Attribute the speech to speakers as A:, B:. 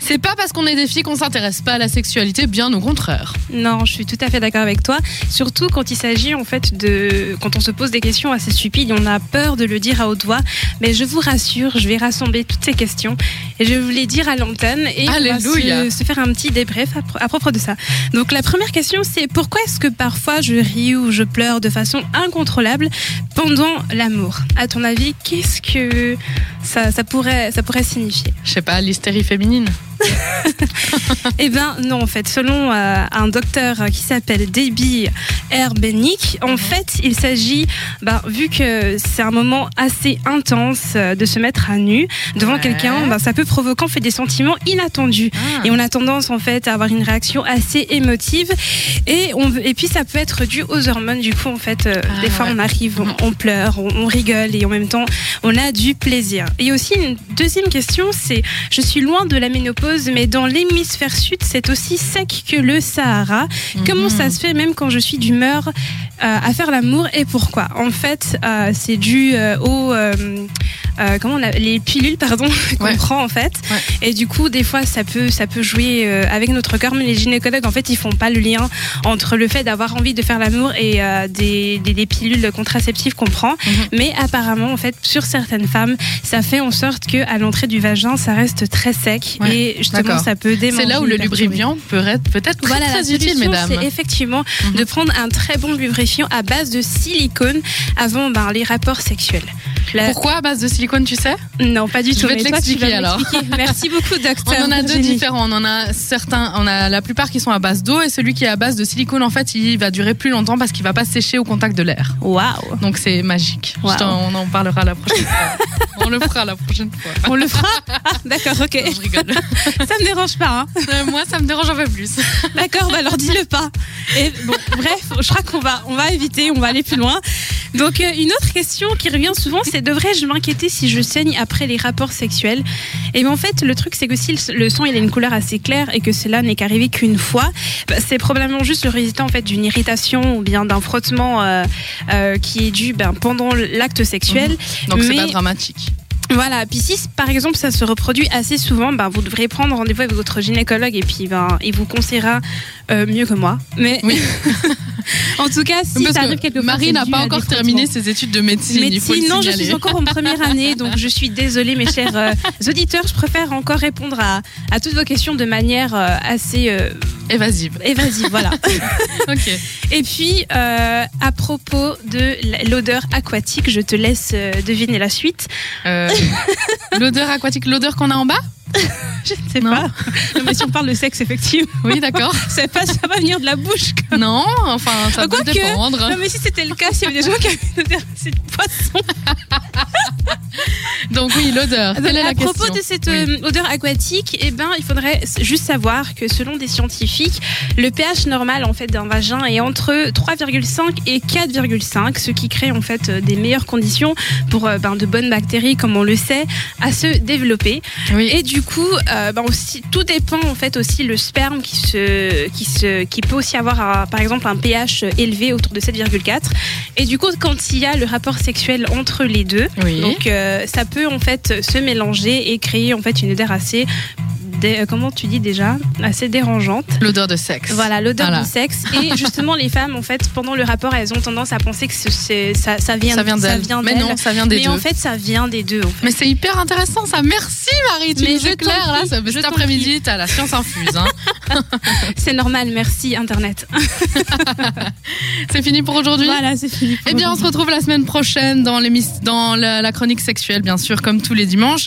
A: C'est pas parce qu'on est des filles qu'on s'intéresse pas à la sexualité, bien au contraire.
B: Non, je suis tout à fait d'accord avec toi. Surtout quand il s'agit en fait de quand on se pose des questions assez stupides, on a peur de le dire à haute voix. Mais je vous rassure, je vais rassembler toutes ces questions et je vais vous les dire à l'antenne et
A: Alléluia.
B: on va se, se faire un petit débrief à, pro- à propos de ça. Donc la première question, c'est pourquoi est-ce que parfois je ris ou je pleure de façon incontrôlable pendant l'amour À ton avis, qu'est-ce que ça, ça pourrait ça pourrait signifier
A: Je sais pas, l'hystérie féminine.
B: Eh ben non, en fait, selon euh, un docteur qui s'appelle Debbie Herbenick, en fait, il s'agit, bah, vu que c'est un moment assez intense euh, de se mettre à nu devant
A: Ouais.
B: quelqu'un, bah, ça peut provoquer en fait des sentiments inattendus. Ah. Et on a tendance en fait à avoir une réaction assez émotive et on veut- et puis ça peut être dû aux hormones. Du coup en fait, euh,
A: Ah,
B: des fois
A: ouais.
B: on arrive, on, on pleure, on, on rigole et en même temps on a du plaisir. Et aussi une deuxième question, c'est je suis loin de la ménopause, mais dans l'hémisphère sud c'est aussi sec que le Sahara.
A: Mm-hmm.
B: Comment ça se fait même quand je suis d'humeur euh, à faire l'amour et pourquoi En fait, euh, c'est dû euh, aux euh, euh, comment on a- les pilules pardon qu'on
A: Ouais.
B: prend en fait.
A: Ouais.
B: Et du coup, des fois, ça peut ça peut jouer euh, avec notre corps, mais les gynécologues en fait, ils font pas le lien entre le fait d'avoir envie de faire l'amour et euh, des, des, des pilules contraceptives qu'on prend.
A: Mhm.
B: Mais apparemment, en fait, sur certaines femmes, ça fait en sorte que à l'entrée du vagin, ça reste très sec
A: Ouais,
B: et justement,
A: d'accord.
B: ça peut démanger.
A: C'est là où le
B: perturber.
A: lubrifiant peut être peut-être très,
B: Voilà, la
A: très utile,
B: solution,
A: mesdames.
B: c'est effectivement
A: Mhm.
B: de prendre un très bon lubrifiant à base de silicone avant ben, les rapports sexuels. La-
A: Pourquoi à base de silicone, tu sais
B: Non, pas du
A: Je
B: tout.
A: vais te
B: mais toi, tu vas
A: l'expliquer, alors.
B: m'expliquer. Merci beaucoup,
A: On
B: docteur.
A: en a deux
B: Virginie.
A: différents. On en a certains, on a la plupart qui sont à base d'eau et celui qui est à base de silicone, en fait, il va durer plus longtemps parce qu'il va pas sécher au contact de l'air.
B: Waouh.
A: Donc c'est magique. Je
B: Wow.
A: t'en- on en parlera la prochaine fois. on le fera la prochaine fois.
B: On le fera Ah, D'accord, ok.
A: Non, je rigole.
B: Ça me dérange pas. hein.
A: Euh, Moi, ça me dérange un peu plus.
B: D'accord, bah alors dis-le pas. Et bon, bref, je crois qu'on va, on va éviter, on va aller plus loin. Donc euh, une autre question qui revient souvent, c'est devrais-je m'inquiéter si je saigne après les rapports sexuels Et bien en fait, le truc c'est que si le le sang il a une couleur assez claire et que cela n'est qu'arrivé qu'une fois, bah, c'est probablement juste le résultat en fait d'une irritation ou bien d'un frottement euh, euh, qui est dû ben, pendant l'acte sexuel.
A: Donc c'est
B: Mais-
A: pas dramatique.
B: Voilà, puis si par exemple ça se reproduit assez souvent, ben, vous devrez prendre rendez-vous avec votre gynécologue et puis ben, il vous conseillera euh, mieux que moi. Mais
A: Oui.
B: en tout cas, si
A: Parce
B: ça
A: que
B: arrive quelque part,
A: Marie
B: c'est
A: n'a
B: dû
A: pas
B: à
A: encore
B: des frottements.
A: terminé ses études de médecine. il faut
B: Médecine,
A: le
B: non, je
A: signaler.
B: suis encore en première année, donc je suis désolée, mes chers euh, auditeurs. Je préfère encore répondre à, à toutes vos questions de manière euh, assez euh,
A: évasive.
B: évasive. Voilà.
A: Ok.
B: Et puis, euh, à propos de l'odeur aquatique, je te laisse euh, deviner la suite.
A: Euh, l'odeur aquatique, l'odeur qu'on a en bas
B: Je ne sais
A: Non.
B: pas. Non, mais si on parle de sexe, effectivement.
A: Oui, d'accord.
B: ça va, ça va venir de la bouche. quoi.
A: Non, enfin, ça peut
B: Oh, Quoique-
A: dépendre.
B: Non, mais si c'était le cas, s'il y avait des gens qui avaient une odeur assez de poisson.
A: Donc oui, l'odeur. Quelle est
B: Ah, à
A: la question
B: propos de cette euh, odeur aquatique, eh ben, il faudrait s- juste savoir que selon des scientifiques, le pH normal en fait d'un vagin est entre 3,5 et 4,5, ce qui crée en fait euh, des meilleures conditions pour euh, ben, de bonnes bactéries, comme on le sait, à se développer.
A: Oui.
B: Et du coup, euh, ben aussi, tout dépend en fait aussi le sperme qui se, qui se, qui peut aussi avoir un- par exemple un pH élevé autour de 7,4. Et du coup, quand il y a le rapport sexuel entre les deux,
A: Oui.
B: donc euh, ça peut en fait se mélanger et créer en fait une odeur assez, dé- euh, comment tu dis déjà, assez dérangeante.
A: l'odeur de sexe.
B: Voilà, l'odeur
A: Voilà.
B: du sexe. Et justement, les femmes, en fait, pendant le rapport, elles ont tendance à penser que ce- c'est- ça, ça vient,
A: Ça vient d'elle. Mais non, ça vient des
B: Mais
A: deux.
B: en fait, ça vient des deux. en fait.
A: Mais c'est hyper intéressant ça. Merci Marie, tu
B: Mais
A: nous
B: je
A: éclaires
B: t'en
A: là.
B: prie,
A: ça-
B: je
A: Cet
B: t'en
A: après-midi, t'as la science infuse. hein.
B: C'est normal, merci Internet.
A: c'est fini pour aujourd'hui.
B: Voilà, c'est fini. pour
A: Eh bien, on se retrouve la semaine prochaine dans, l'émis- dans la- la chronique sexuelle, bien sûr, comme tous les dimanches.